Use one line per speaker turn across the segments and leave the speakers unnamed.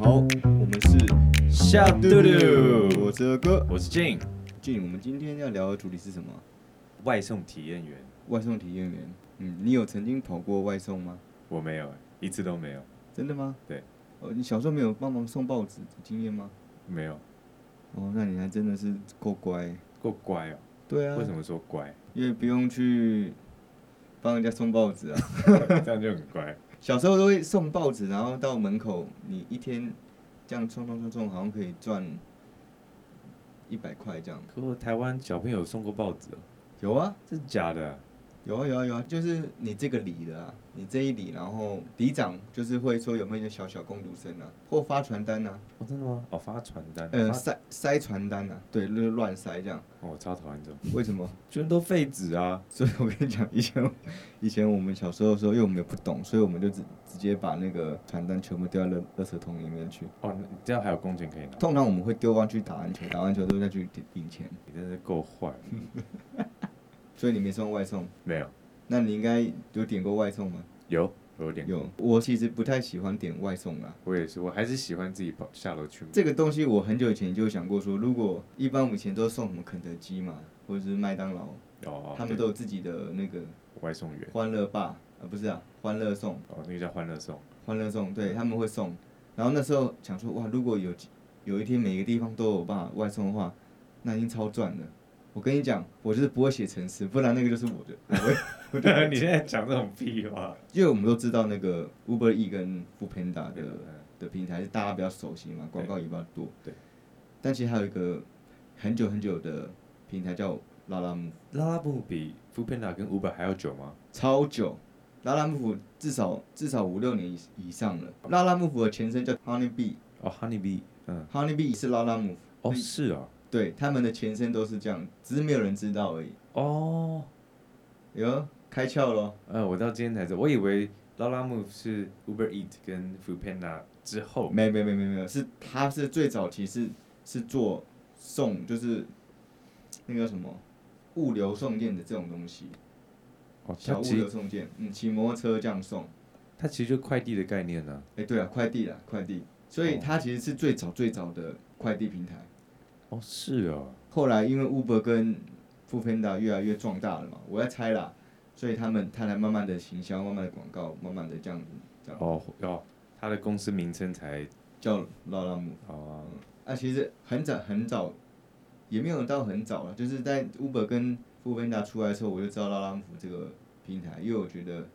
好，我们是
下
嘟嘟，
嘟嘟
我，是二哥，
我是 Jane，
静，我们今天要聊的主题是什么？
外送体验员，
外送体验员。嗯，你有曾经跑过外送吗？
我没有，一次都没有，
真的吗？
对。
哦，你小时候没有帮忙送报纸的经验吗？
没有，
哦，那你还真的是够乖。
够乖哦。
对啊。
为什？么说 乖？
因为不用去帮人家送报纸啊。
这样就很乖。
小时候都会送报纸，然后到门口，你一天这样冲冲冲冲，好像可以赚一百块这样。
可是台湾小朋友送过报纸哦，
有啊，
真的假的啊？
有啊有啊有啊，就是你这个里的啊，你这一里，然后里长就是会说有没有一些小小工读生啊，或发传单啊，
哦，真的吗？哦，发传单，
呃，
发
塞塞传单啊，对，就是乱塞这样。
哦我超讨厌这种，
为什么？
全都废纸啊。
所以我跟你讲，以前以前我们小时候的时候，因为我们也不懂，所以我们就直直接把那个传单全部丢到垃垃圾桶里面去。
哦，你这样还有工钱可以拿，
通常我们会丢上去打篮球，打完球都再去领钱。
你真是够坏。
所以你没送外送，
没有，
那你应该有点过外送吗？
有，我有点，
有，我其实不太喜欢点外送啊啦。
我也是，我还是喜欢自己跑下楼去买。
这个东西我很久以前就有想过说，如果一般我们以前都送什么肯德基嘛，或者是麦当劳，
哦，
他们都有自己的那个
对外送员，
欢乐霸，呃，不是啊，欢乐送，
哦，那个叫欢乐 送，
欢乐送，对他们会送。然后那时候想说，哇，如果有有一天每个地方都有办法外送的话，那已经超赚了。我跟你讲，我就是不会写程式，不然那个就是我的。我会我就
你现在讲这种屁话，
因为我们都知道那个 Uber E 跟 Food Panda 的
嗯
的平台是大家比较熟悉嘛，广告也比较多。
对。
但其实还有一个很久很久的平台叫拉拉木，
拉拉布比 f o o Panda 跟 Uber 还要久吗？
超久，拉拉木府至少至少五六年以以上了。拉拉木府的前身叫 Honey Bee，Honey
哦，Honey Bee，嗯，
Bee 是拉拉木府，
哦，
对
是啊，
对，他们的前身都是这样，只是没有人知道而已。
哦，
哟，开窍咯，
呃，我到今天才知道，我以为拉拉 Move 是 Uber Eat 跟 Food Panda 之后，
没没没没没有，是他是最早期是是做送，就是那个什么物流送件的这种东西，
哦，
小
它
物
其
流
实
送件，嗯，骑摩托车这样送。
它其实就快递的概念呢、
哎、对啊，快递啦，快递，所以
哦
它其实是最早最早的快递平台。
哦，是哦，
后来因为 Uber 跟 f o o p a n d a 越来越壮大了嘛，我在猜啦，所以他们他才慢慢的行销，慢慢的广告，慢慢的这样子，这样
哦哦，它的公司名称才
叫拉拉姆。
哦，
啊，其实很早很早，也没有到很早了，就是在 Uber 跟 f o o p a n d a 出来的时候，我就知道拉拉姆这个平台，因为我觉得，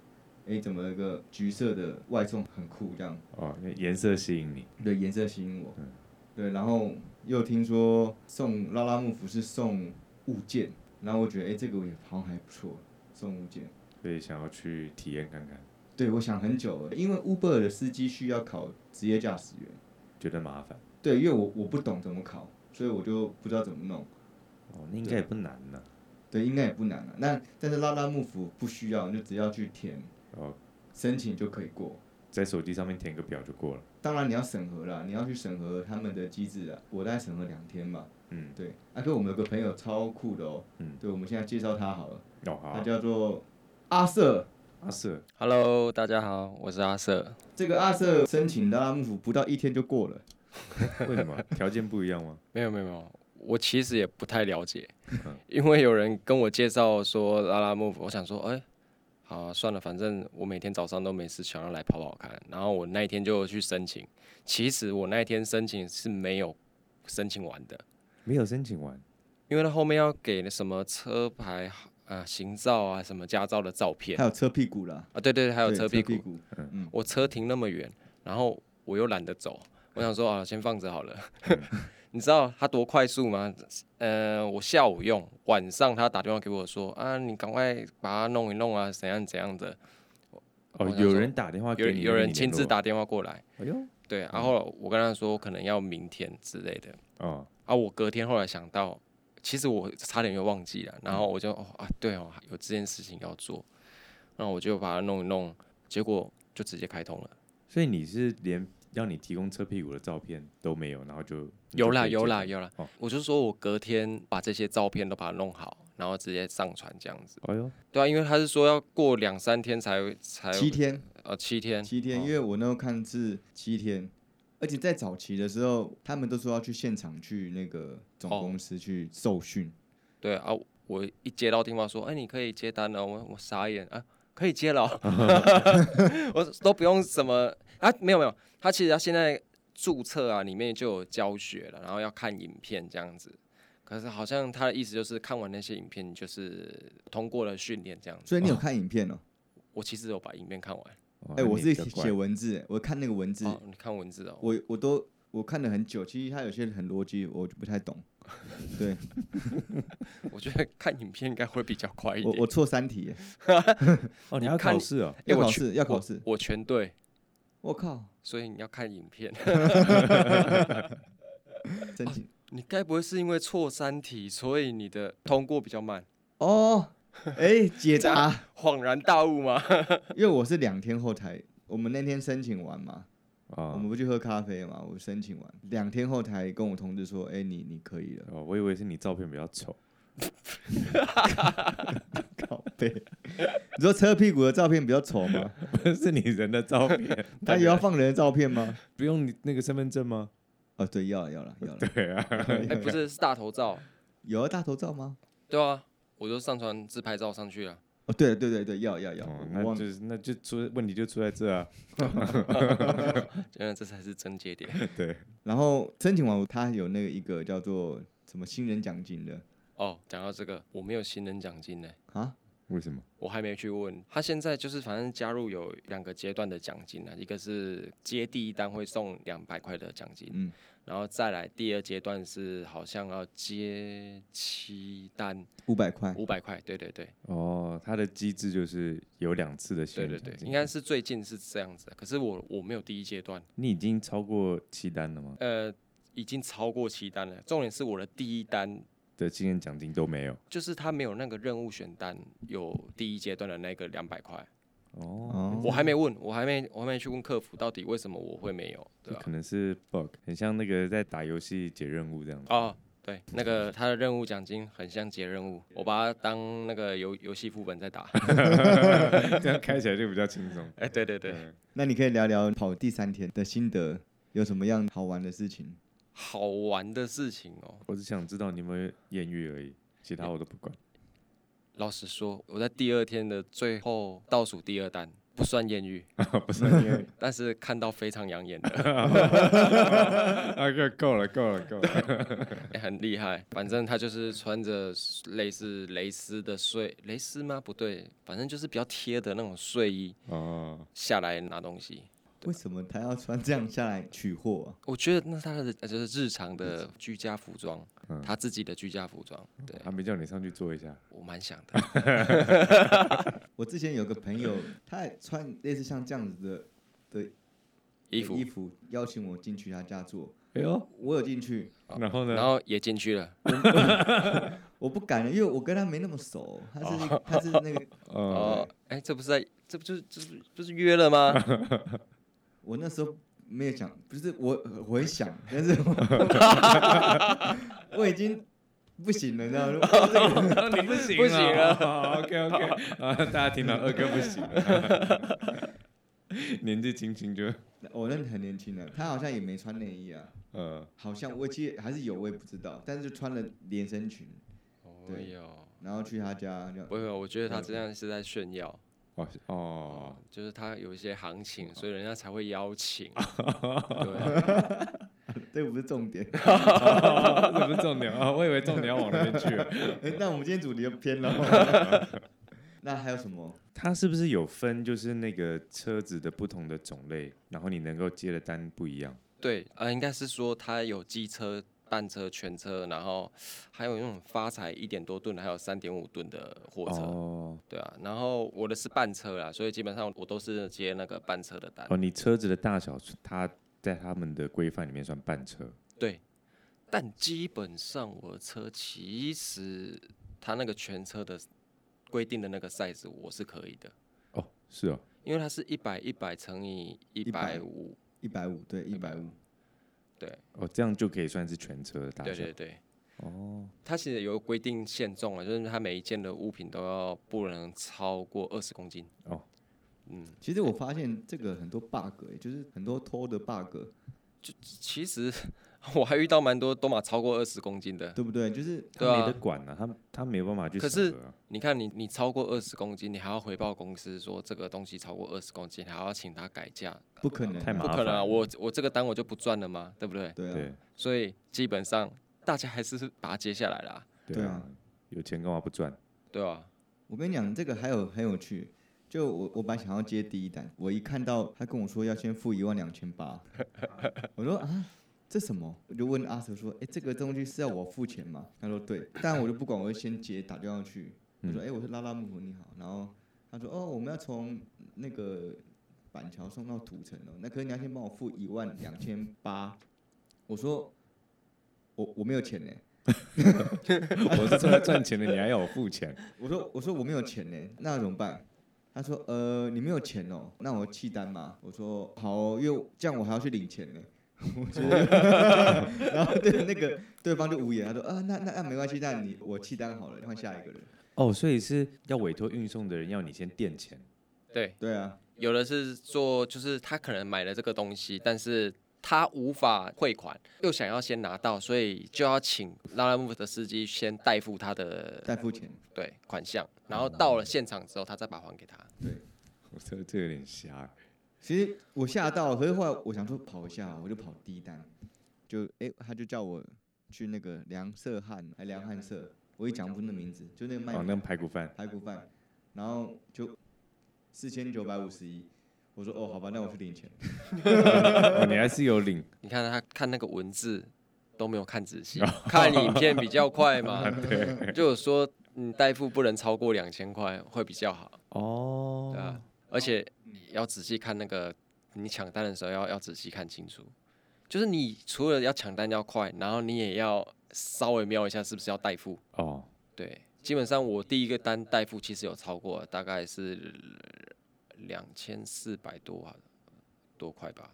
哎、怎么有个橘色的外送很酷这样。
哦，那颜色吸引你，
对颜色吸引我
嗯。
对，然后又听说送拉拉木服是送物件，然后我觉得哎、诶这个我也好像还不错，送物件。
所以想要去体验看看，
对，我想很久了，因为 Uber 的司机需要考职业驾驶员。
觉得麻烦，
对，因为我我不懂怎么考，所以我就不知道怎么弄。
哦，那应该也不难呢、
对，应该也不难啊。那但是拉拉木服不需要，你就只要去填
哦，
申请就可以过。
在手机上面填个表就过了，
当然你要审核啦，你要去审核他们的机制啊。我大概审核两天吧。
嗯，
对，啊，跟我们有个朋友超酷的哦。
嗯
对，我们现在介绍他好了。
哦
他
好，啊
叫做阿瑟。
阿瑟，
Hello，大家好，我是阿瑟。
这个阿瑟申请拉拉幕府不到一天就过了，
为什么条件不一样吗？
没有没有没有，我其实也不太了解
嗯，
因为有人跟我介绍说拉拉木，我想说，哎、好啊、算了，反正我每天早上都没事，想要来跑跑看。然后我那一天就去申请，其实我那一天申请是没有申请完的，
没有申请完，
因为他后面要给什么车牌啊、行照啊、什么驾照的照 片
还有车屁股啦，
啊，对对对，还有
对
车屁股，
嗯
嗯，
我车停那么远，然后我又懒得走，我想说啊，先放着好了。
嗯
你知道他多快速吗？呃，我下午用，晚上他打电话给我说啊，你赶快把它弄一弄啊，怎样怎样的。
哦
我，想
有
说
人打电话
有
给你，
有
跟
人
你
亲
联
自
络，
打电话过来，
哎呦，
对，然后我跟他说可能要明天之类的。
哦，
啊，我隔天后来想到，其实我差点又忘
嗯
记了，然后我就哦啊，对哦，有这件事情要做，那我就把它弄一弄，结果就直接开通了。
所以你是连让你提供车屁股的照片都没有，然后就
有啦有啦，有啦
哦，
我就说我隔天把这些照片都把它弄好，然后直接上传这样子。
你就可以接受
对啊，因为他是说要过两三天才才
七天，
呃七天
七天，因
为
为我那时候看是七天，而且在早期的时候，他们都说要去现场去那个总
哦
公司去受训，
对啊，我一接到电话说，哎，你可以接单了，我我傻眼啊，可以接了 哦， 我都不用什么啊，没有没有，他其实他现在注册啊，里面就有教学了，然后要看影片这样子。可是好像他的意思就是看完那些影片，你就是通过了训练这样子。
所以你有看影片哦、
我其实有把影片看完
哇
哎、我
哦那你
是
比较怪
写文字、我看那个文字，
哦，你看文字哦，
我我都我看了很久，其实它有些很逻辑，我就不太懂。对
我觉得看影片应该会比较快一
我
点。
我错三题耶，
哦，你要
看
考试哦，
哎
要
我
考
去
试要考试，
我全对，
我靠，
所以你要看影片。
真紧
你该不会是因为错三题，所以你的通过比较慢？
哦，哎、解答，
恍然大悟 吗？
因为我是两天后才，我们那天申请完嘛，我
啊
们不去喝咖啡嘛，我申请完两天后才跟我通知说，哎、你你可以了，
哦，我以为是你照片比较 丑，
靠背， 你说车屁股的照片比较丑吗？
不是你人的照片，
他也要放人的照片吗？
不用你那个身份证吗？
哦，对，要了要了要了，
对啊，
哎、不是，是大头照。
有啊要大头照吗？
对啊，我就上传自拍照上去啊了。
哦，对对对对，要要要，
哦，
我
那
忘
就是那就出问题就出在这啊，
原 来这才是真节点。
对，
然后申请完，他有那个一个叫做什么新人奖金的
哦，讲到这个，我没有新人奖金呢、
啊？
为什么？
我还没去问他。现在就是反正加入有两个阶段的奖金啊，一个是接第一单会送两百块的奖金，
嗯
然后再来第二阶段是好像要接七单
五百块，
五百块，对对对
哦，它的机制就是有两次的
对
新
对
人
对
奖，
应
金，
该是最近是这样子啊的。可是我我没有第一阶段，
你已经超过七单了吗？
呃，已经超过七单了。重点是我的第一单
的新人奖金都没有
就是他没有那个任务选单，有第一阶段的那个两百块，
哦
哦，
我还没问，我还没我还没去问客服到底为什么我会没有，对
这
吧、
可能是 bug，很像那个在打游戏解任务这 样。
哦，对，那个他的任务奖金很像接任务，我把它当那个游游戏副本在打。
这样开起来就比较轻松。
哎，对对对，
那你可以聊聊跑第三天的心得，有什么样好玩的事情？
好玩的事情哦。
我只想知道你有没有艳遇而已，其他我都不管。
老实说，我在第二天的最后倒数第二单不算艳遇，
不是因为
但是看到非常养眼的，
啊，够够了，够了，够了。
哎很厉害。反正他就是穿着类似蕾丝的睡蕾丝吗？不对，反正就是比较贴的那种睡衣
哦，
下来拿东西。
为什么他要穿这样下来取货啊？
我觉得那是他的呃就是日常的居家服装，他自己的居家服装，对
啊还没叫你上去坐一下。
我蛮想的。
我之前有个朋友，他也穿类似像这样子的的
衣服
衣，服，邀请我进去他家做，
哎呦，
我有进去，
然后呢
然？后也进去了。
我不敢，因为我跟他没那么熟，他是、他是那个，
哦
哦，，哎，这不是在，这不就是这不是不是约了吗？
我那时候没有想，不是我我很 想，但是我 我已经不行了，你知道 吗？
你不行，
不行了。
OK OK，啊， 大家听到二哥不行了， 年纪轻轻就
我那很年轻的，他好像也没穿内衣啊，
呃，
好像我记得还是有，我也不知道，但是就穿了连身裙，
哦
对
哟，
然后去他家这样。
不会，哦我觉得他这样是在炫耀，
哦哦，
就是他有一些行情，所以人家才会邀 请。对，
这个不是重 点。
这不是重点啊，我以为重点要往那边去了。
哎、那我们今天主题就偏了。 那还有什么？
它是不是有分，就是那个车子的不同的种类，然后你能够接的单不一样？
对，呃，应该是说他有机车、单车、全车，然后还有那种发财一点多吨的，还有三点五吨的货车。
哦
对啊，然后我的是半车啦，所以基本上我都是接那个半车的单。
哦，你车子的大小，它在他们的规范里面算半车。
对，但基本上我的车其实它那个全车的规定的那个 size 我是可以的，
哦，是哦，
因为它是一百一百乘以一百五，
一百五，对，一百五。
对
哦，这样就可以算是全车的大
对
小。
对对。
哦，
它其实有规定限重啊，就是它每一件的物品都要不能超过二十公斤。
哦，
嗯，
其实我发现这个很多 bug，、欸、就是很多偷的 bug，
其实 我还遇到蛮多都马超过二十公斤的。
对不对？就是
他
对
没
啊
得管啊，他他没有办法去
可
审
是
核啊。
你看你，你超过二十公斤，你还要回报公司说这个东西超过二十公斤，还要请他改价，
不可能啊，
太麻
不
烦
可能啊！
了
我我这个单我就不赚了嘛，对不对？
对啊，
对
所以基本上大家还是把它接下来啦，
对
啊
啊，
有钱干嘛不赚？
对吧？
我跟你讲，这个还有很有趣。就我我本来想要接第一单，我一看到他跟我说要先付一万两千八，我说啊，这什么？我就问阿 Sir 说，哎、这个东西是要我付钱吗？他说对，但我就不管，我就先接打电话去，我说哎、我是拉拉木夫，你好。然后他说哦，我们要从那个板桥送到土城哦，那可是你要先帮我付一万两千八。我说我我没有钱呢、
我是出来赚钱的，你还要我 付钱？
我说我说我没有钱呢，那怎么办？他说呃你没有钱哦，那我弃单嘛。我说好哦、因为这样我还要去领钱呢。 我觉得， 然后对那个对方就无言，他说啊那那那没关系，那你我弃单好了，换下一个人。
哦，所以是要委托运送的人要你先垫钱，
对，
对啊，
有的是做，就是他可能买了这个东西，但是他无法汇款，又想要先拿到，所以就要请拉拉木的司机先代付他的
再付钱。
对款项，然后到了现场之后，他再把还给他。
我这这有点瞎。
其实我吓到了，可是后来我想说跑一下，哦我就跑第一单，就哎、他就叫我去那个梁社汉还梁汉社，我也讲不出那名字，就那个卖
哦，那排骨饭，
排骨饭，然后就四千九百五十一。我说哦，好吧，那我去领钱。
哦，你还是有领，
你看他看那个文字都没有看仔细，看影片比较快嘛。就有说你代付不能超过两千块会比较好，对啊
哦，
而且要仔细看那个你抢单的时候要要仔细看清楚，就是你除了要抢单要快，然后你也要稍微瞄一下是不是要代付。
哦，
对，基本上我第一个单代付其实有超过，大概是两千四百多啊多块吧。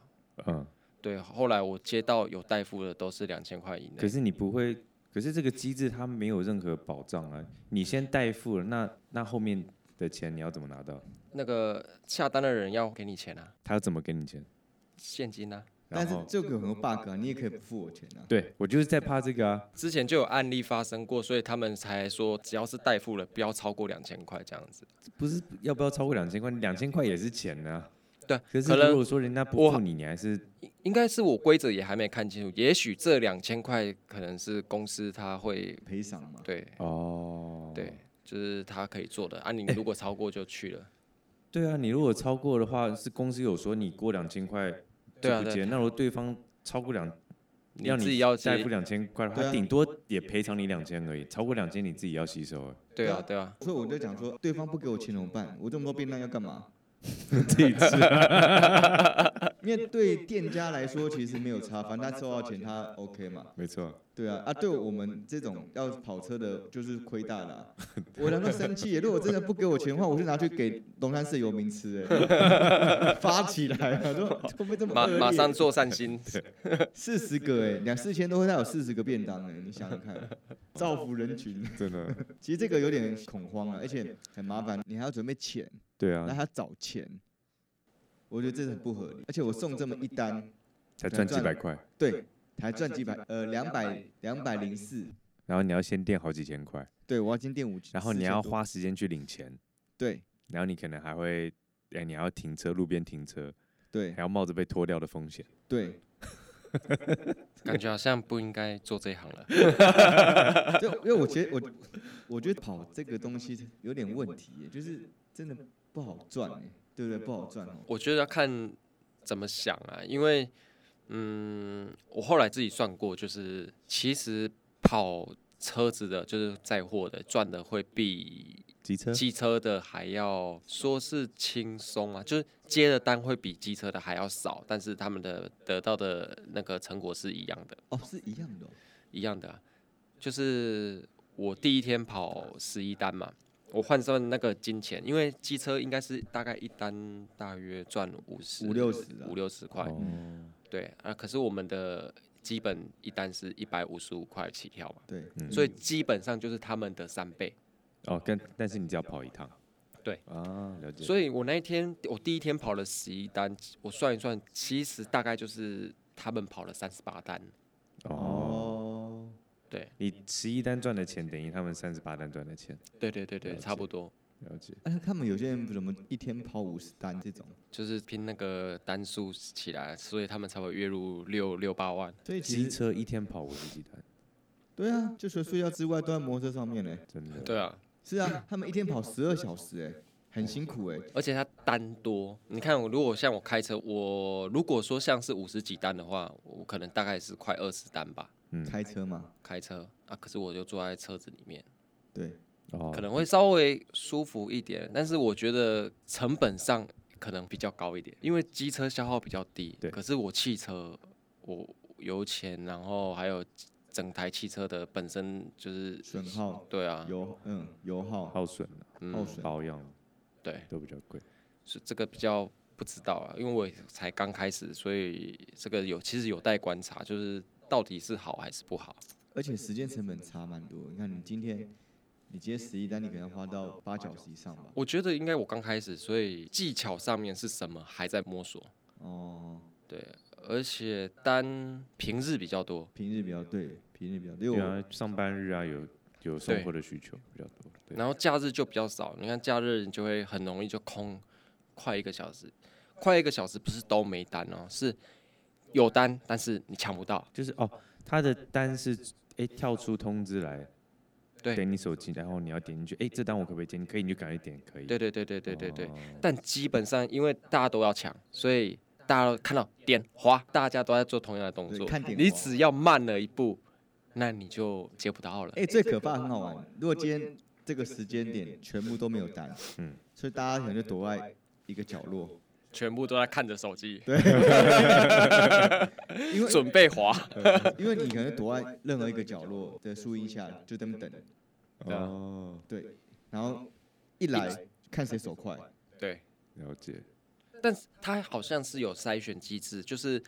嗯，
对，后来我接到有代付的都是两千块以内
可。是你不会，可是这个机制它没有任何保障啊，你先代付了，那那后面的钱你要怎么拿到？
那个下单的人要给你钱啊，
他要怎么给你钱？
现金啊。
但
然
是
后，
这个有很多 bug 啊，你也可以不付我钱啊。
对我就是在怕这个啊，
之前就有案例发生过，所以他们才说只要是代付了，不要超过两千块这样子。
不是要不要超过两千块？两千块也是钱呢、啊。
对，
可
可
是
能
如果说人家不
我
付你，你还是
应应该是我规则也还没看清楚，也许这两千块可能是公司他会
赔偿嘛，
对
哦，
对，就是他可以做的啊。你如果超过就去了，
对啊，你如果超过的话，是公司有说你过两千块
对啊
就不接，
对啊
那如果对方超过两，
啊你
要
自己要
再
接
付两千块，
对
他
啊
顶多也赔偿你两千而已，超过两千你自己要吸收啊，
对啊对啊，
所以我就讲说，对方不给我钱怎么办？我这么多便当要干 嘛？
自己吃。
因为对店家来说其实没有差，反正他收到钱他 OK 嘛。
没错，
对啊，啊，对我们这种要跑车的，就是亏大了 啊、我难道生气耶？如果真的不给我钱的话，我就拿去给龙山市游民 吃，哎，发起来啊！ 说会不会这么
马
恶劣
马上做善 心，
四十个哎、两四千都会带有四十个便当哎、你想想 看，造福人群。
真 的，
其实这个有点恐慌了，啊而且很麻烦，你还要准备钱，
对
那
啊，
还要找钱，我觉得这是很不合理。而且我送这么一单，
才赚几百块，
对，才赚几百，呃，两百两百零四，
然后你要先垫好几千块，
对我要先垫五，
然后你要
4000多，
花时间去领钱，
对
然后你可能还会，哎，你还要停车，路边停车，
对
还要冒着被拖掉的风险。
对，
感觉好像不应该做这一行了。
就因为我觉得我我觉得跑这个东西有点问题耶、就是真的不好赚哎、对不对？不好赚哦、
我觉得要看怎么想啊，因为嗯，我后来自己算过，就是其实跑车子的，就是载货的，赚的会比
机车
机车的还要说是轻松啊，就是接的单会比机车的还要少，但是他们的得到的那个成果是一样的，
哦，是一样的、哦，
一样的啊、就是我第一天跑十一单嘛。我换算那个金钱，因为机车应该是大概一单大约赚五十
五六十啊
五，六十块，
哦，
对啊。可是我们的基本一单是一百五十五块起跳嘛，
对，
嗯
所以基本上就是他们的三倍。
哦，但但是你只要跑一趟。
对
啊，了解。
所以我那一天我第一天跑了十一单，我算一算，其实大概就是他们跑了三十八单，
哦，
哦，
对
你十一单赚的钱等于他们三十八单赚的钱，
对对对对，
了
差不多，
了解。
但是他们有些人怎么一天跑五十单这种，
就是拼那个单数起来，所以他们才会月入六六八万。
所以
机
其实
车一天跑五十几单，
对啊，就除了睡觉之外，都在摩托车上面嘞、
真的。
对啊，
是啊，他们一天跑十二小时哎、很辛苦哎、
而且他单多，你看我如果像我开车，我如果说像是五十几单的话，我可能大概是快二十单吧，
嗯，
开车嘛，
开车啊。可是我就坐在车子里面，
对，
哦，
可能会稍微舒服一点，但是我觉得成本上可能比较高一点，因为机车消耗比较低。
对
可是我汽车，我油钱，然后还有整台汽车的本身就是，
损耗
对啊，
油嗯油耗
耗损啊、
耗
嗯，
损
保养
对，
都比较贵。
是这个比较不知道啊，因为我也才刚开始，所以这个有其实有待观察，就是到底是好还是不好。
而且时间成本差蛮多。你嗯看，你今天你接十一单，你可能要花到八小时以上吧？
我觉得应该我刚开始，所以技巧上面是什么还在摸索。
哦，
对，而且单平日比较多，
平日比较对，啊平日比较对。因
对
为我
啊，上班日啊，有有生活的需求比较多。对，
然后假日就比较少。你看假日你就会很容易就空，快一个小时，快一个小时不是都没单哦，是有单，但是你抢不到。
就是哦，他的单是哎、跳出通知来，
对
点你手机，然后你要点进去，哎、这单我可不可以接？你可以，你就赶快点，可以。
对对对对对对对。
哦
但基本上因为大家都要抢，所以大家都看到点滑，大家都在做同样的动
对
作。
看点
你
滑
只要慢了一步，那你就接不到了。
哎、最可怕很好玩。如果今天这个时间点全部都没有单，
嗯
所以大家可能就躲在一个角落，
全部都在看着手机，
因为
准备滑。
因为你可能躲在任何一个角 落的树荫下，就在那边等，
对啊
哦，
对，然后一来看谁手快，
对，
了解。
但是它好像是有筛选机制，就是
距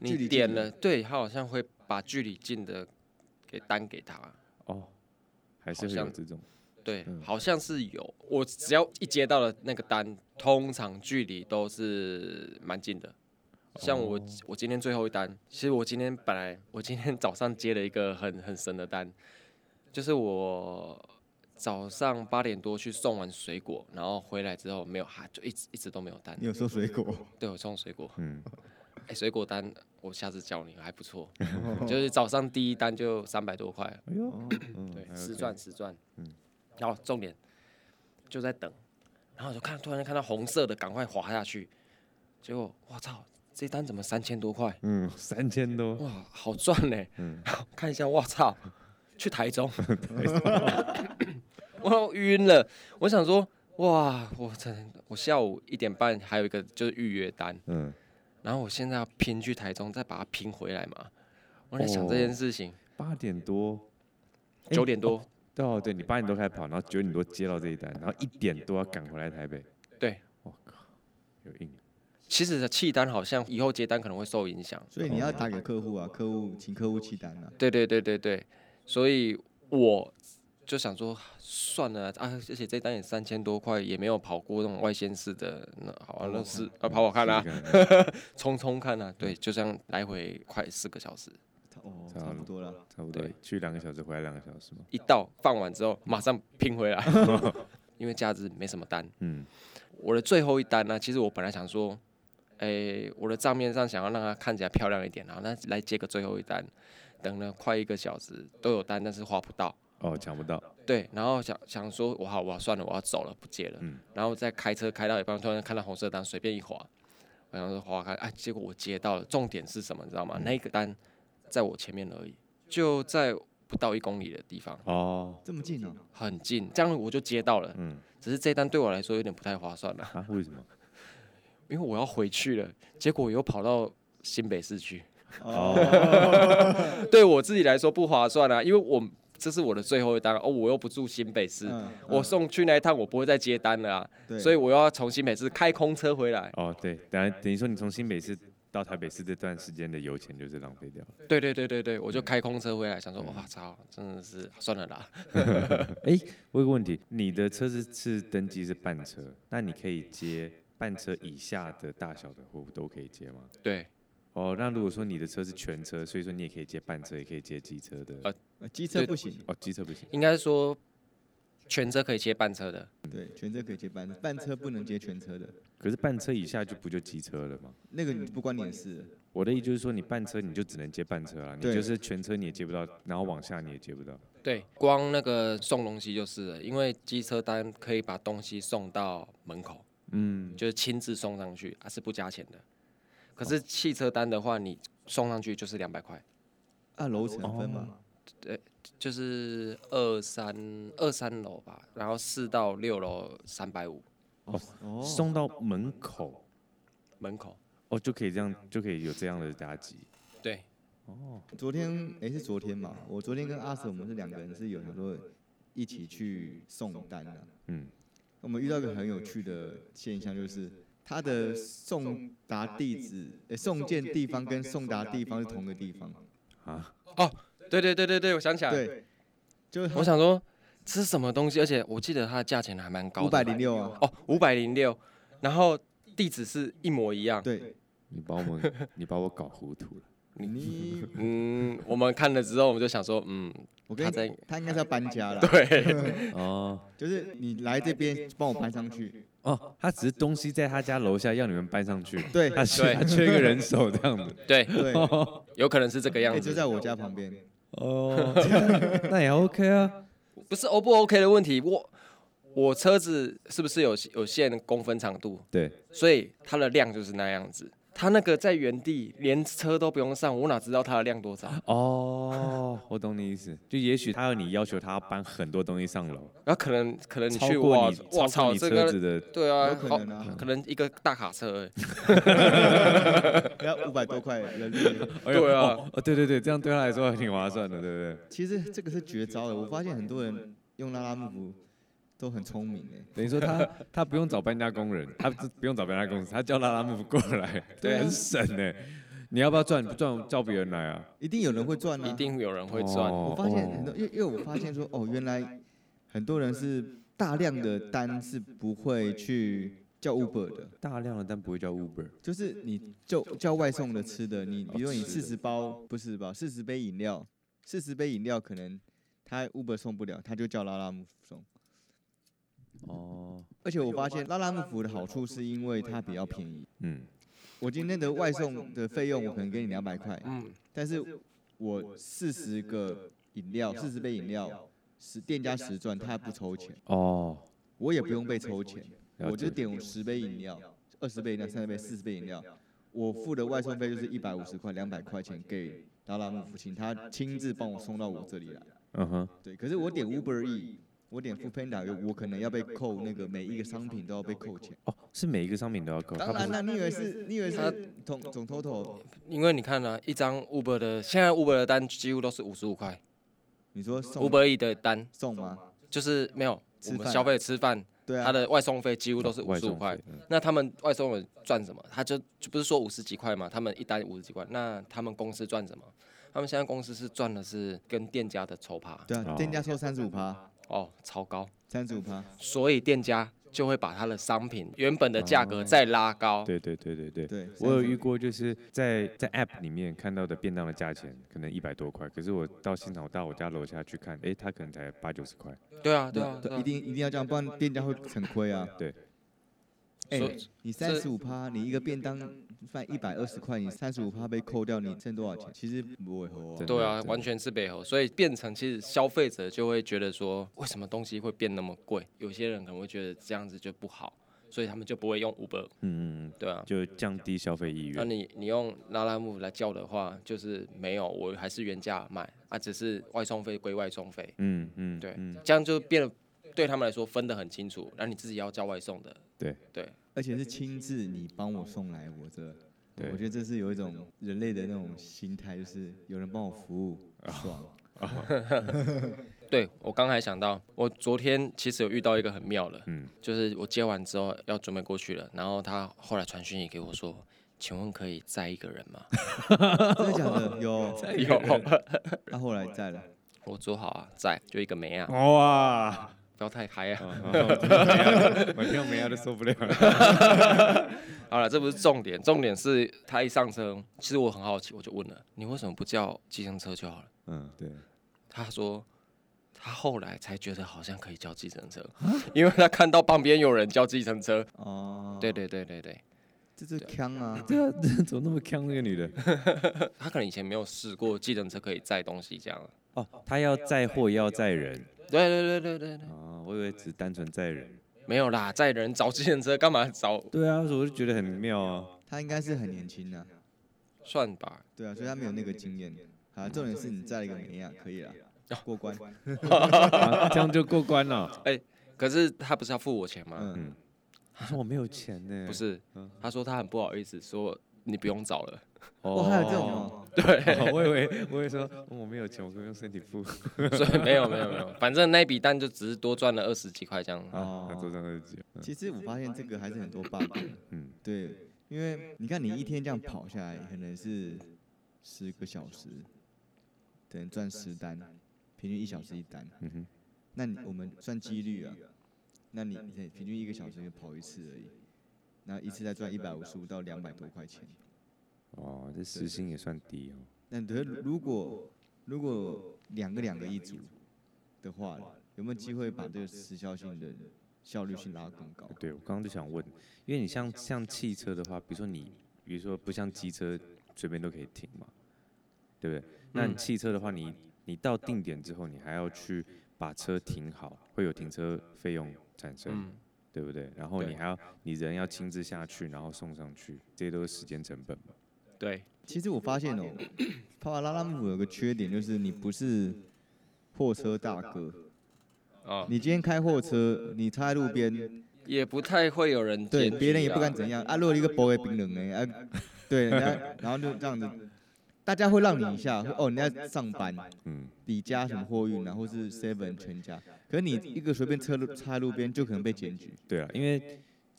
离
你
近
点
的
了，对，它好像会把距离近的给单给他。
哦，还是
好
会
像
有这种
对，
嗯
好像是有。我只要一接到了那个单，通常距离都是蛮近的。像我，
哦
我今天最后一单，其实我今天本来我今天早上接了一个很很神的单，就是我早上八点多去送完水果，然后回来之后没有，哈，就一直一直都没有单
你。有收水果，
对我送水果，
嗯，
哎、水果单我下次教你，还不 错。就是早上第一单就三百多块，
哎呦，嗯
对，
还
实
OK
赚实赚。
嗯
嗯，然后重点就在等，然后我就看突然看到红色的，赶快滑下去，结果我操，这单怎么三千多块？
嗯，三千多，
哇，好赚呢！
嗯
看一下，我操，去台 中，我要晕了。我想说，哇，我真我下午一点半还有一个就是预约单，
嗯，
然后我现在要拼去台中，再把它拼回来嘛。我在想这件事情，
八点多，哎
九、点多，
对哦，对你八点多开始跑，然后九点多接到这一单，然后一点多要赶回来台北。
对，
我靠，有硬。
其实弃单好像以后接单可能会受影响。
所以你要打给客户啊，客户请客户弃单啊。
对对对对对，所以我就想说，算了啊，啊而且这单也三千多块，也没有跑过那种外县市的，那好啊，那是啊，跑跑看啊，
试试看
冲冲看啊，对，就这样来回快四个小时，
差哦，
差
差
不
不多了。
差不多
对
去两个小时，回来两个小时嘛。
一到放完之后马上拼回 来，因为假日没什么单，
嗯，
我的最后一单呢、其实我本来想说，诶、我的账面上想要让它看起来漂亮一点，然后那来接个最后一单，等了快一个小时都有单，但是花不到。
哦，抢不到，
对，然后想想说，我好，我要算了，我要走了，不接了。
嗯
然后再开车开到一半，突然看到红色单，随便一划，我想说划开，哎，结果我接到了。重点是什么，你知道吗？
嗯
那个单在我前面而已，就在不到一公里的地方，
哦，
这么近哦、
很近，这样我就接到了。
嗯，
只是这单对我来说有点不太划算了，
啊，为什么？
因为我要回去了，结果我又跑到新北市去，
哦，
对我自己来说不划算啊，因为我这是我的最后一单哦，我又不住新北市。
嗯
我送去那一趟，我不会再接单了啊。
对，
所以我要从新北市开空车回来。
哦，对，等下等于说你从新北市到台北市这段时间的油钱就是浪费掉了。
对对对对对，我就开空车回来，想说哇操，真的是算了啦。
我有个问题，你的车是是登记是半车，那你可以接半车以下的大小的货物都可以接吗？
对，
哦，那如果说你的车是全车，所以说你也可以接半车，也可以接机车的。
呃
呃机车
对
不行，
哦，机车不行。
应该说全车可以切半车的，
对，全车可以接半车，半车不能接全车的，
可是半车以下就不就机车了吗？
那个你不关你的事了。
我的意思就是说，你半车你就只能接半车啊，你
对
就是全车你也接不到，然后往下你也接不到。
对，光那个送东西就是了，因为机车单可以把东西送到门口，
嗯，
就是亲自送上去，啊是不加钱的。可是汽车单的话，你送上去就是两百块，
按楼层分嘛，
就是二三二三楼吧，然后四到六楼三百五
哦
哦，
送到门口
门口。
哦，就可以这样，就可以有这样的打击。
对，
昨天诶，是昨天嘛，我昨天跟阿 Sir 我们是两个人是有想说一起去送单的、
嗯，
我们遇到一个很有趣的现象，就是他的送达地址、诶，送件地方跟送达地方是同个地方，
啊，
对对对对对，我想起来，
对，就是
我想说吃什么东西，而且我记得它的价钱还蛮高的，
五百零六啊，
哦，五百零六，然后地址是一模一样。
对，
你把我 们，你把我搞糊涂了。
你
嗯，我们看了之后，我们就想说，嗯，
我跟
他
你
在
他应该是要搬家了，
对
哦
就是你来这边帮我搬上去，
哦，他只是东西在他家楼下，要你们搬上去。
对
他缺
对
他缺一个人手这样子。
对，
对，哎
有可能是这个样
诶就在
子，
我家旁边，
哦，那也 OK 啊。
不是 O 不 OK 的问题。我我车子是不是有有限公分长度，
对，
所以它的量就是那样子。它那个在原地连车都不用上，我哪知道它的量多少？
哦，我懂你意思。就也许他要你要求他要搬很多东西上楼，
然后可能可能你
超
去
过
哇
你
哇
超过
操
你
这
车
个
子的
对啊，
有可能
好
啊
可能一个大卡车而已，
要五百多块人民币。
哎呦
对啊
哦哦对对对，这样对他来说挺划算的，对不对？
其实这个是绝招的，我发现很多人用拉拉木符都很聪明哎。
等于说他他不用找搬家工人，他不不用找搬家公司，他叫拉拉木过来，
对啊
很省呢。你要不要赚？不赚叫别人来啊。
一定有人会赚啊！
一。定有人会赚。
哦
我发现很多，因为因为我发现说，哦，原来很多人是大量的单是不会去叫 Uber 的，
大量的，但不会叫 Uber。
就是你叫叫外送的吃的，你比如说你
哦吃
四
的
十包不是吧，四十杯饮料，四十杯饮料可能他 Uber 送不了，他就叫拉拉木送。
哦，
而且我发现拉拉木符的好处是因为它比较便宜。
嗯，
我今天的外送的费用，我可能给你两百块，
嗯，
但是我四十个饮料，四十杯饮料，十店家实赚，他不抽钱，
哦，
我也不用被抽钱，
了
我就
解。
点十杯饮料、二十杯饮料、三十杯、四十杯饮料，我付的外送费就是一百五十块、两百块钱给达拉姆夫请他亲自帮我送到我这里来。
嗯哼，
对，可是我点 Uber E，我点 f o o Panda，我可能要被扣那个每一个商品都要被扣钱。
哦，是每一个商品都要扣，
当
他不
然
是
啦，你以为是，你以为
他
是总总 total？
因为你看呢、啊，一张 Uber 的现在 Uber 的单几乎都是五十五块
你说送
，Uber E 的单
送吗？
就是没有
吃
我们
饭啊
消费吃饭，
对
它
啊，
的外送费几乎都是五
外
十五
送
块
费。。嗯
那他们外送员赚什么？他就就不是说五十几块嘛，他们一单五十几块，那他们公司赚什么？他们现在公司是赚的是跟店家的酬趴
对啊，店家收三十五趴。
哦，超高，
三十五趴，
所以店家就会把他的商品原本的价格再拉高。
对对对对对。
对，
我有
35
遇过，就是在在 App 里面看到的便当的价钱可能一百多块，可是我到现场，我到我家楼下去看，诶，它可能才八九十块。
对啊，对
对
啊，对
对，
啊
一。定一定要这样，不然店家会很亏啊。
对，
哎
所以，
你三十五趴，你一个便当饭一百二十块，你三十五趴被扣掉，你剩多少钱？其实不会合
真
哦。
的
对啊
真，的
完全是背后，所以变成其实消费者就会觉得说，为什么东西会变那么贵？有些人可能会觉得这样子就不好，所以他们就不会用 Uber，
嗯嗯嗯，
对啊。
就降低消费意
那
愿。
你你用拉拉木来叫的话，就是没有，我还是原价卖啊，只是外送费归外送费，
嗯嗯，
对
嗯，
这样就变得对他们来说分得很清楚。那你自己要叫外送的，
对
对，
而且是亲自你帮我送来我这，
对
我觉得这是有一种人类的那种心态，就是有人帮我服务，爽。
对我刚才想到，我昨天其实有遇到一个很妙的，
嗯
就是我接完之后要准备过去了，然后他后来传讯息给我说，请问可以载一个人吗？
真的假的？有，
有，
他后来在了，
我说好啊，载，就一个没啊，
哇，
不要太嗨啊！
我听到没有都受不了了。
好了，这不是重点，重点是他一上车，其实我很好奇，我就问了，你为什么不叫计程车就好了？
嗯，对，
他说。他后来才觉得好像可以叫计程车，因为他看到旁边有人叫计程车。
哦，
对，对对对对，
这是枪啊，
对啊，怎么那么坑这个女的？
他可能以前没有试过计程车可以载东西这样。
哦，她要载货，也要载人
对对对对对对，
啊！我以为只单纯载人。
没有啦，载人找计程车干嘛找？
对啊，我就觉得很妙啊。
他应该是很年轻的、
算吧，
对啊，所以他没有那个经验。好，重点是你载了一个美亚，可以了，过关。
啊这样就过关了。
可是他不是要付我钱吗？
嗯，
她说我没有钱呢。
不，是
嗯，
他说他很不好意思，说你不用找 了。
哇，还有这种哦，
对，我以为我以为说哦我没有钱，我可以用身体付。
所以没有没有没有，反正那笔单就只是多赚了二十几块这样。
啊，她做上二级。嗯
其实我发现这个还是很多 bug 的。
嗯，
对，因为你看你一天这样跑下来，可能是十个小时，可能赚十单，平均一小时一单。
嗯哼，
那你我们算几率啊？那你你平均一个小时就跑一次而已，那一次才赚一百五十五到两百多块钱。
哦，这时薪也算低哦。
那得如果如果两个两个一组的话，有没有机会把这个时效性的效率性拉更高？
对，我刚刚就想问，因为你像像汽车的话，比如说你，比如说不像机车随便都可以停嘛，对不对？那
嗯
你汽车的话，你你到定点之后，你还要去把车停好，会有停车费用产生，
嗯，
对不对？然后
对
你还要你人要亲自下去，然后送上去，这些都是时间成本嘛。
对，
其实我发现哦、帕瓦拉拉姆有个缺点就是你不是货车大哥，
哦，
你今天开货车，你插在路边，
也不太会有人
对
检举啊
别人也不敢怎样啊。如果一个薄的冰冷哎，啊，对，人家然后就这样子，大家会让你一下，会哦，你在上班，
嗯，
李家什么货运啊，或是 Seven 全家，可是你一个随便车路插在路边就可能被检举。
对啊，因为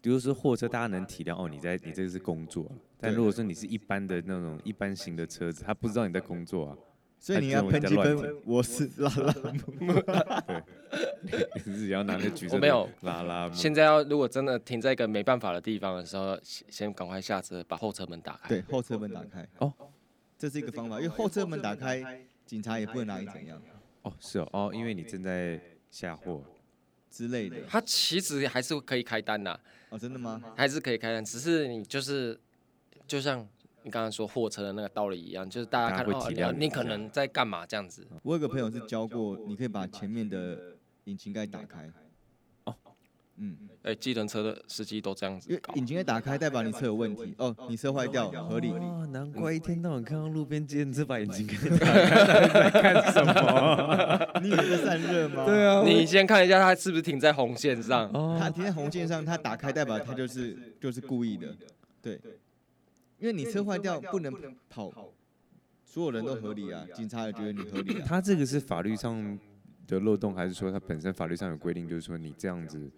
比如说货车，大家能体谅哦，你在你这是工作啊，但如果说你是一般的那种一般型的车子，他不知道你在工作啊，
所以你要喷漆喷，我是拉 拉姆。
你自己要拿那橘色
我没有
的拉拉吗？
现在要如果真的停在一个没办法的地方的时候，先先赶快下车，把后车门打开。
对，后车门打开。
哦，
这是一个方法，因为后车门打开，警察也不能拿你怎样
哦，是哦，哦，因为你正在下货，
之类的。
他其实还是可以开单呐、
哦，真的吗？
还是可以开单，只是你就是就像你刚刚说货车的那个道理一样，就是大家看
大家
哦
会，体
你
谅
你可能在干嘛这样子。
我有个朋友是教过，你可以把前面的引擎盖打开。
哦，
嗯，
哎、计程车的司机都这样
因
子
为
搞。
引擎盖打开代表你车有问题，哦，你车坏掉，合理。
哦，难怪一天到晚看到路边接人这把眼 睛给你打开，在看什么？
你以为在散热吗？
对啊，
你先看一下他是不是停在红线上。
他
哦，
停在红线上，他打开代表他就是就是故意的，对。因为你车坏掉不能跑，所有人都合理啊，警察也觉得你合理啊。
他这个是法律上的漏洞，还是说他本身法律上有规定，就是说你这样子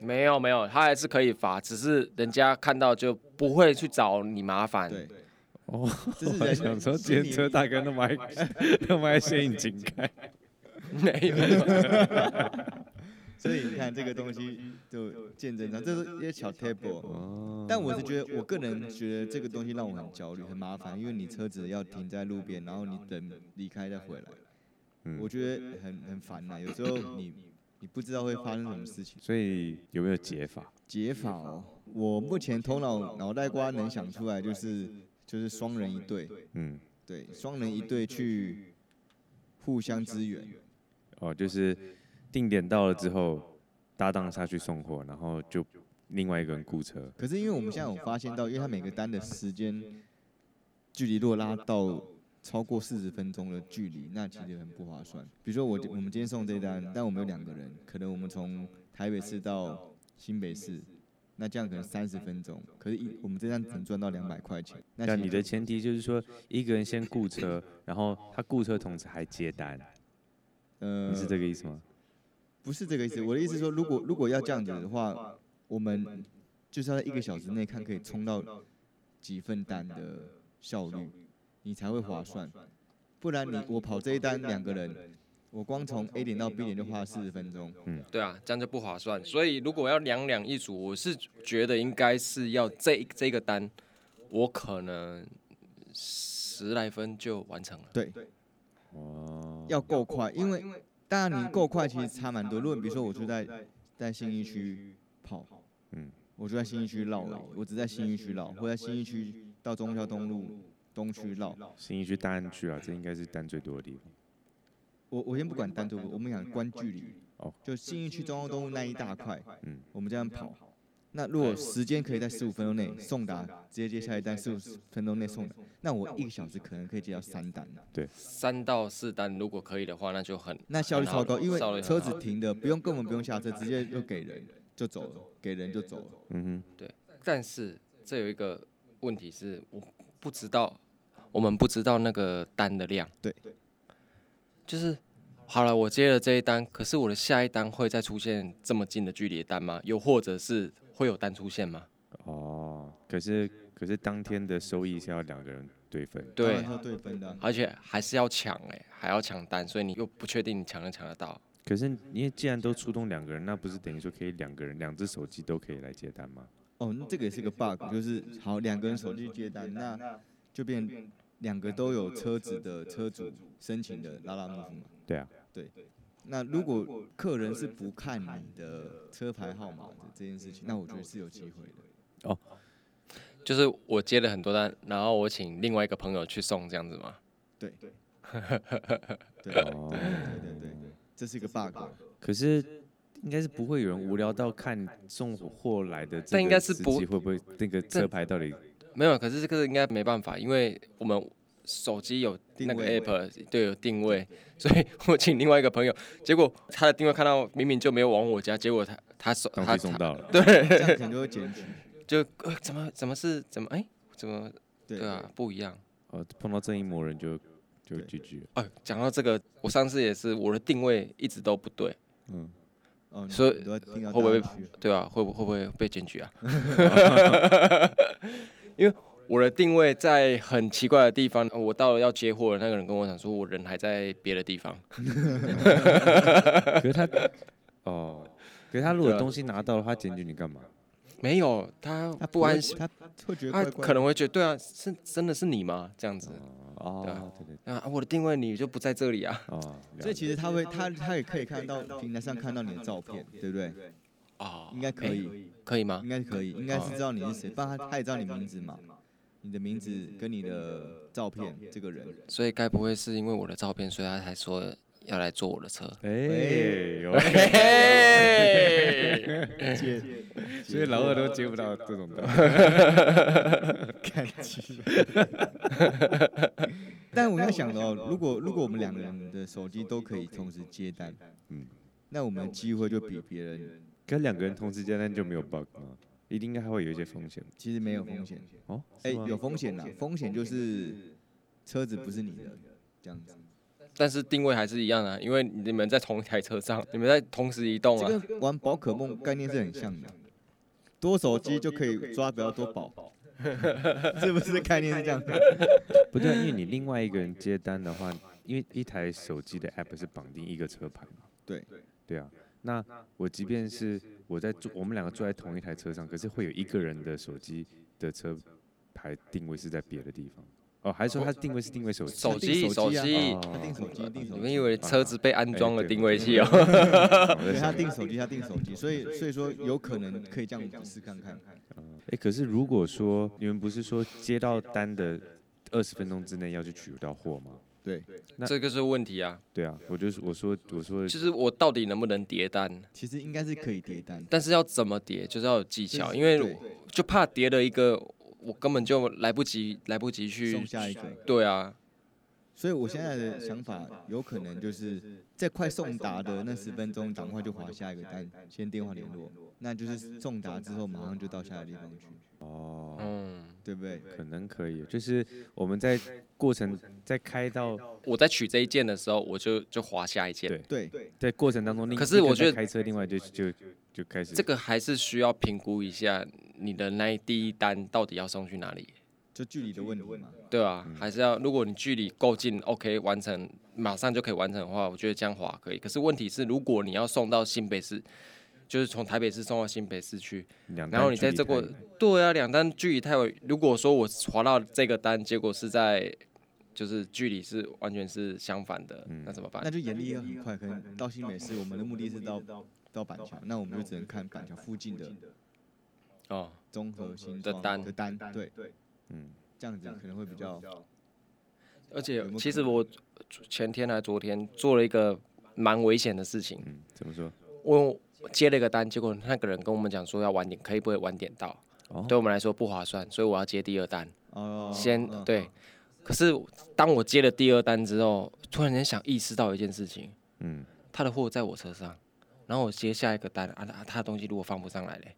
没有没有，他还是可以罚，只是人家看到就不会去找你麻烦。
对，
哦，
这是
我
人
想说，
心
接
理
车大哥那么爱那么爱掀引擎盖，
没有，
所以你看这个东西就见证上，这是一些小 table。
哦，
但我是觉得，我个人觉得这个东西让我很焦虑，很麻烦，因为你车子要停在路边，然后你等离开再回来，
嗯
我觉得很很烦呐、有时候你你不知道会发生什么事情。
所以有没有解法？
解法哦，我目前头脑脑袋瓜能想出来就是就是双人一队，
嗯，
对，双人一队去互相支援，
哦，就是定点到了之后，搭档下去送货，然后就另外一个人雇车。
可是因为我们现在有发现到，因为它每个单的时间距离若拉到超过四十分钟的距离，那其实很不划算。比如说我我们今天送这单，但我们有两个人，可能我们从台北市到新北市，那这样可能三十分钟，可是一我们这单只能赚到两百块钱。那
那
其
你
实
的前提就是说，一个人先雇车，然后他雇车同时还接单，
呃
你是这个意思吗？
不是这个意思，我的意思是说，如果如果要这样子的话，我们就是要在一个小时内看可以冲到几份单的效率，你才会划算。不然你我跑这一单两个人，我光从 A 点到 B 点就花了四十分钟。
对啊，这样就不划算。所以如果要两两一组，我是觉得应该是要这这个单，我可能十来分就完成了。
对，
哦，
要够快，因为当然你够快其实差蛮多。如果你比如说我就在在
信
信
义
义
区
区跑，
嗯，
我就在信义区绕了，我只在信义区绕，或在信义区到中孝东路东区绕。
新一区大安区啊，这应该是单最多的地方。
我我先不管单独，我们讲观距离，
哦，
就信义区中央东路那一大块，
嗯，
我们这样跑。那如果时间可以在十五分钟内送达，直接接下一单十五分钟内送达，那我一个小时可能可以接到三单，
三到四单，如果可以的话，那就很
那效率超高，因为
效率很
车
好
子停的不用根本不用下车，直接就给人就走了，给人就走了。
嗯
但是这有一个问题是，我不知道，我们不知道那个单的量。
对，
就是好了，我接了这一单，可是我的下一单会再出现这么近的距离的单吗？又或者是会有单出现吗？
哼，哦，可是可是当天的收益是要两个人对分，
当
对
然，要对分的啊，
而且还是要抢哎、还要抢单，所以你又不确定你抢不抢得到。
可是因为既然都出动两个人，那不是等于说可以两个人两只手机都可以来接单吗？
哦，那这个也是个 bug，就是好两个人手机接单，那就变两个都有车子的车主申请的拉拉木夫嘛。
对啊，
那如果客人是不看你的车牌号码的这件事情，那我觉得是有机会的。
就是我接了很多单，然后我请另外一个朋友去送这样子吗？
对，对对
哦，
对对，这是一个 bug。
可是应该是不会有人无聊到看送货来的这
但应该
个
是
司
不
机会不会那个车牌到底
没有，可是这个应该没办法，因为我们手机有
定
那个
位
app，对，有定位，所以我请另外一个朋友，结果他的定位看到明明就没有往我家，结果他他手
东
他
西送
他
到了？
这样可能就会检举。
就、呃、怎么怎么是怎么哎、怎么
对
对啊不一样。
哦，碰到正义魔人就就
对
GG 了。
哦，讲到这个，我上次也是我的定位一直都不对，
嗯，
哦，你
所以
你都要听到
会不会
大家去
对啊，会不会不会被检举啊？ 因为我的定位在很奇怪的地方，我到了要接货的那个人跟我讲说，我人还在别的地方。
可是他 哦，可是他如
对
果
啊
东西拿到了，他检举你干嘛？
没有，他
他
不
会
安心，
他会觉得
他
怪怪
可
的。
能会觉得，对啊，是真的是你吗？这样子对啊
哦，对对对，
啊，我的定位你就不在这里啊。
哦，
所以
实
其实他会，他他也可以看到平台上看到你的照片，对不对？
哦
应该可以，
可以吗
应？该可以，应该是
哦
知道你是谁，不然他他也知道你名字嘛，你的名字跟你的照片，这个人。
所以该不会是因为我的照片，所以他才说要来坐我的车？
哎，有
嘿嘿，
所以老二都接不到这种的。
但我在想的哦，如果如果我们两个人的手机都可以同时接单，
嗯，
那我们的机会就比别人
可是两个人同时接单就没有 bug 吗？一定应该还会有一些风险
其实没有风险。
哦。
哎，
是吗
有风险啦，风险就是车子不是你的，这样子。
但是定位还是一样啊，因为你们在同一台车上，你们在同时移动
这
啊。
跟玩宝可梦概念是很像的，多手机就可以抓比较多宝，是不是概念是这样的？
不对啊，因为你另外一个人接单的话，因为一台手机的 app 是绑定一个车牌嘛。
对。
对啊，那我即便是我在坐，我们两个坐在同一台车上，可是会有一个人的手机的车牌定位是在别的地方。哦，还是说他定位是定位手机？
手机
定手
手
机啊
机，
他定手机，定手
你
机。
们以为车子被安装了定位器哦？
对
对他定手机，他定手机，所以所以说有可能可以这样试看看。
哎、可是如果说你们不是说接到单的二十分钟之内要去取到货吗？
对，
那
这个是问题啊，
对啊，我就是我说我说
就是我到底能不能叠单？
其实应该是可以叠单，
但是要怎么叠，就是要有技
就
巧，
是
因为
对
我就怕叠了一个，我根本就来不及，来不及去
送。下一个。
对啊，
所以我现在的想法有可能就是在快送达的那十分钟，赶快就划下一个单，先电话联络，那就是送达之后马上就到下一个地方去，
哦，
嗯，
对不对？
可能可以，就是我们在过程在开到
我在取这一件的时候，我就就划下一件。
对
对，
在过程当中，另
可是
一个
我觉
在
得
开车，另外就就就就开始
这个还是需要评估一下你的那一第一单到底要送去哪里。
就距离的问题嘛。
对啊，还是要如果你距离够近，OK 完成，马上就可以完成的话，我觉得江华可以。可是问题是，如果你要送到新北市，就是从台北市送到新北市去，
两
然后你在这个对啊，两单距离太远。如果说我划到这个单，结果是在就是距离是完全是相反的，
嗯
那怎么办
那？就眼力要很快，可能到新北市，我们的目的是到到板桥，那我们就只能看板桥附近的
哦，
综合新
的
创
单
的单，对，
嗯，
这样子可能会比较
而
有
且
没有可
其实我前天还昨天做了一个蛮危险的事情，
嗯，怎么说？
我接了一个单，结果那个人跟我们讲说要晚点，可以不可以晚点到？
哦
对我们来说不划算，所以我要接第二单。
哦，
先
嗯
对。可是当我接了第二单之后，突然间想意识到一件事情，
嗯，
他的货在我车上，然后我接下一个单啊，他他的东西如果放不上来嘞，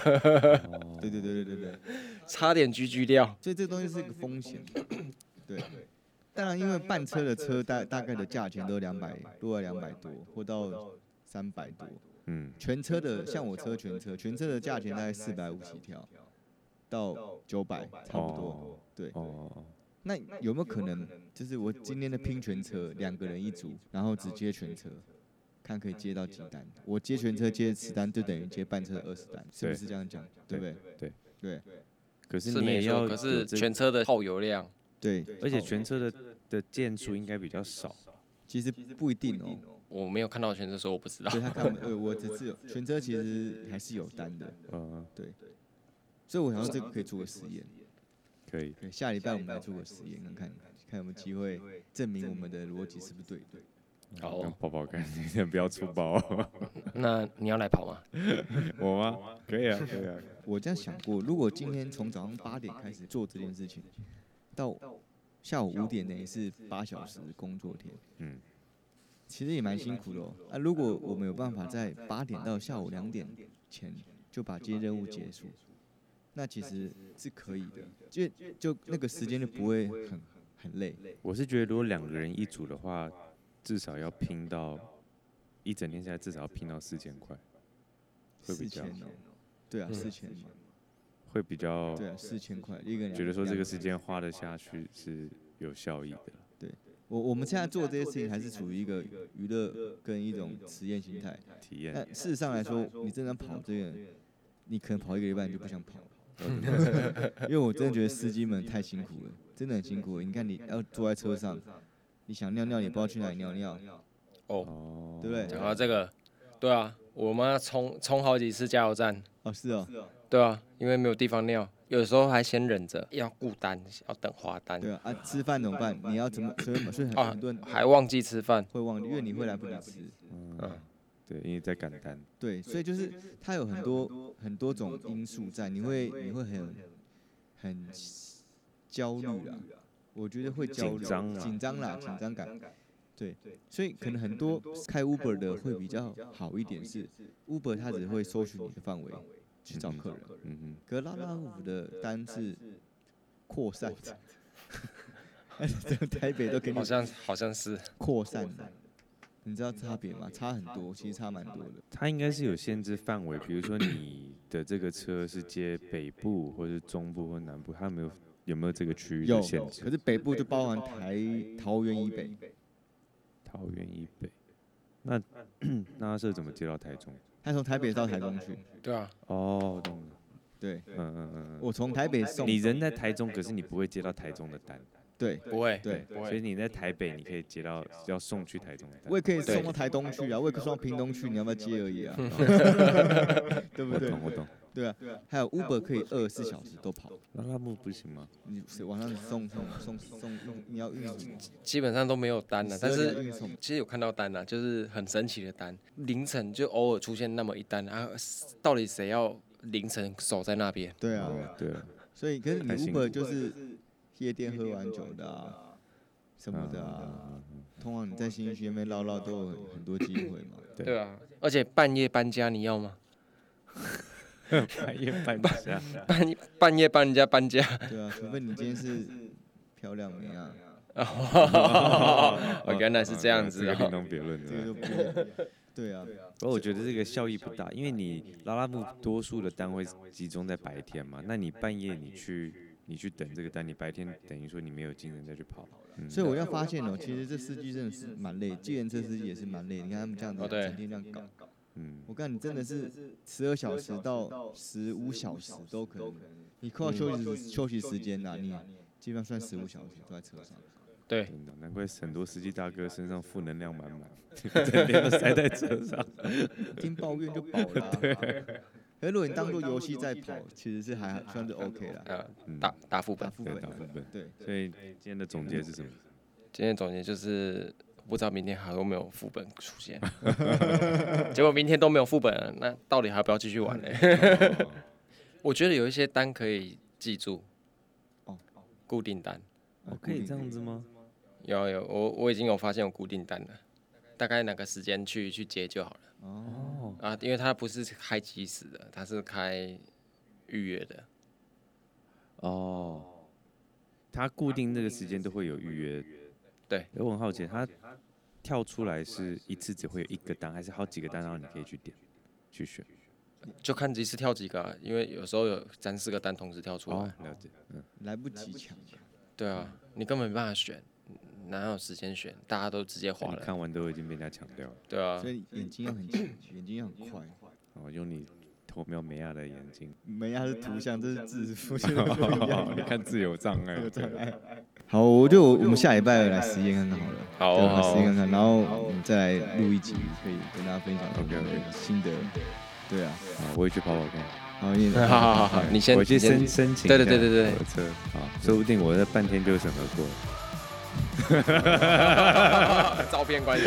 对对对对对对，
差点居居掉。
所以这东西是个风险，对。当然，因为半车的车大大概的价钱都两百，落在两百多或到三百多，
嗯，
全车的像我车全车，全车的价钱大概四百五起跳，到九百差不多
哦。
对，
哦哦，
那有没有可能就是我今天的拼全车，两个人一组，然后只接全车，看可以接到几单？我接全车接十单，就等于接半车二十单，是不是这样讲？对不对？
可是
是
你
没
也要
错，可
有
是
这
全车的耗油量，
对，
而且全车的的件数应该比较少，
其实不一定哦。
我没有看到全车，所以我不 知道。
对他看不，呃，我只是有全车其实还是有单的，
嗯，
所以我想说这个可以做个实验。
可以，
对，下礼拜我们来做个实验，看看看有没有机会证明我们的逻辑是不是对的。
好
让
哦，
跑跑看，你先 不要出包，
那你要来跑吗？
我吗？可以啊，可以啊，
我这样想过，如果今天从早上八点开始做这件事情，到下午五点等于是八小时工作天，
嗯，
其实也蛮辛苦的哦。啊，如果我们有办法在八点到下午两点前就把这些任务结束，那其实是可以的，就就那个时间就不会很很累。
我是觉得如果两个人一组的话，至少要拼到一整天下来至少要拼到四千块，会
四
比较
千哦，对啊，
嗯
四千嘛，
会比较
对啊，四千块一个人。
觉得说这个时间花得下去是有效益的。
我我们现在做这些事情还是处于一个娱乐跟一种实验心态。
体验
但事实上来说，你真的跑这个，你可能跑一个礼拜你就不想跑了， 因为我真的觉得司机们太辛苦了，真的很辛苦了。你看你要坐在车上，你想尿尿也不知道去哪里尿尿，
哦，
对不对
讲到这个，对啊，我妈冲冲好几次加油站，
哦，是哦，
对啊，因为没有地方尿，有时候还先忍着，要顾单，要等滑单，
对啊，啊，吃饭怎么办？你要怎么？所以所以很
啊
很多人
还忘记吃饭，
会忘记，因哦为你会来不及吃。
嗯
啊
嗯，
对，因为在赶单，
对，所以就是它有很多很多种因素在，你会你会很很焦虑啊，我觉得会焦虑
紧张啊
紧张啦，紧张感。对，所以可能很多开 Uber 的会比较好一点是，Uber 它只会搜寻你的范围去找客人，
嗯
可拉拉五的单是扩散 的，但是整个台北都给你
好像好像是，
扩散的，你知道差别吗？差很多，其实差蛮多的
哼，。它应该是有限制范围，比如说你的这个车是接北部或是中部或南部，它有没有有没有这个区域
有
的限，制？
可是北部就包含台桃园以北，
桃园以北，那 那它是怎么接到台中？
他从台北到台中去。
对啊，
哦，懂了，
对，
嗯嗯嗯嗯，
我从台北送
你人在台中，可是你不会接到台中的单，
对
不会，
对，
不会
所以你在台北你可以接到要送去台中的单
我。也可以
对
送到台东去啊，我也可以送到屏东去，你要不要接而已啊？ 对不
我
对？
懂我懂，
对啊，还有 Uber 可以二十四小时都跑，
拉拉木不行吗？
你晚上送送送送运，你要运送，
基本上都没有单啊了，但
12点
是
运送
其实有看到单啊，就是很神奇的单，凌晨就偶尔出现那么一单啊，到底谁要凌晨守在那边？
对啊，
哦，对了，
所以可是你
太辛苦
Uber 就是夜店喝完酒的啊，什么的啊，
嗯，嗯
通常你在新一区那边唠唠都有很很多机会嘛。
对
对啊，而且半夜搬家你要吗？
嗯 半哦夜搬家，
半夜半夜帮人家搬家，
对啊，除非你今天是漂亮妹啊，
哦，原来是这样子
这个另
啊，
当别论
这个
的
就。不一样。对啊，
不过我觉得这个效益不大，因为你拉拉木多数的单位集中在白天嘛，那你半夜你去你去等这个单，你白天等于说你没有精神再去跑。嗯，
所以我要发现哦，其实这司机真的是蛮累，计程车司机也是蛮累。你看他们这样子
哦对
整天这样搞，
嗯，
我看你真的是十二小时到十五小时都可能，你扣到
嗯
休息时休息时间呐、啊你基本上算十五小时都在车上。
对，
真的，难怪很多司机大哥身上负能量满满，整天都塞在车 上。
听抱怨就饱了、对。 可是如果你当做游戏在跑，其实是还算是 OK 啦，
呃，
嗯，
大大副
打
本。
副
对
本
打分
啊。
本。
对，
所以今天的总结是什么？
今天总结就是，不知道明天还有没有副本出现。 结果明天都没有副本了，那到底还要不要继续玩呢？ 我觉得有一些单可以记住，
哦
固定单。
我哦可以这样子吗？
有啊有，我我已经有发现有固定单了，大概哪个时间去去接就好了
哦，
哦，
啊，因为它不是开即时的，它是开预约的，
哦，他固定那个时间都会有预约。
对，
我很好奇，他跳出来是一次只会有一个单，还是好几个单，然后你可以去点去选？
就看几次跳几个、啊，因为有时候有三四个单同时跳出来，
哦，了解。嗯，
来不及抢，
对啊，你根本没办法选，哪有时间选？大家都直接划
你
了，
看完都已经被人家抢掉了。
对啊
所，以眼睛要很强，眼睛要很快。
哦，用你偷瞄梅亚的眼 睛，
没啊，它是图像，这是字符，就是不一样
哦 你看 自由障碍。
哎好，我就我们下礼拜来实验看看好了，
好
对
哦
吧
好
实验
哦，
看看，然后我们再来录一集，可以跟大家分享我
OK，OK
们心得。对啊，
啊，我也去跑跑看，
好， 你
好好好好，你先，
我去
你先
申申请。
对对对 对对
我的车啊，说不定我这半天就审 核过了。
照片关系。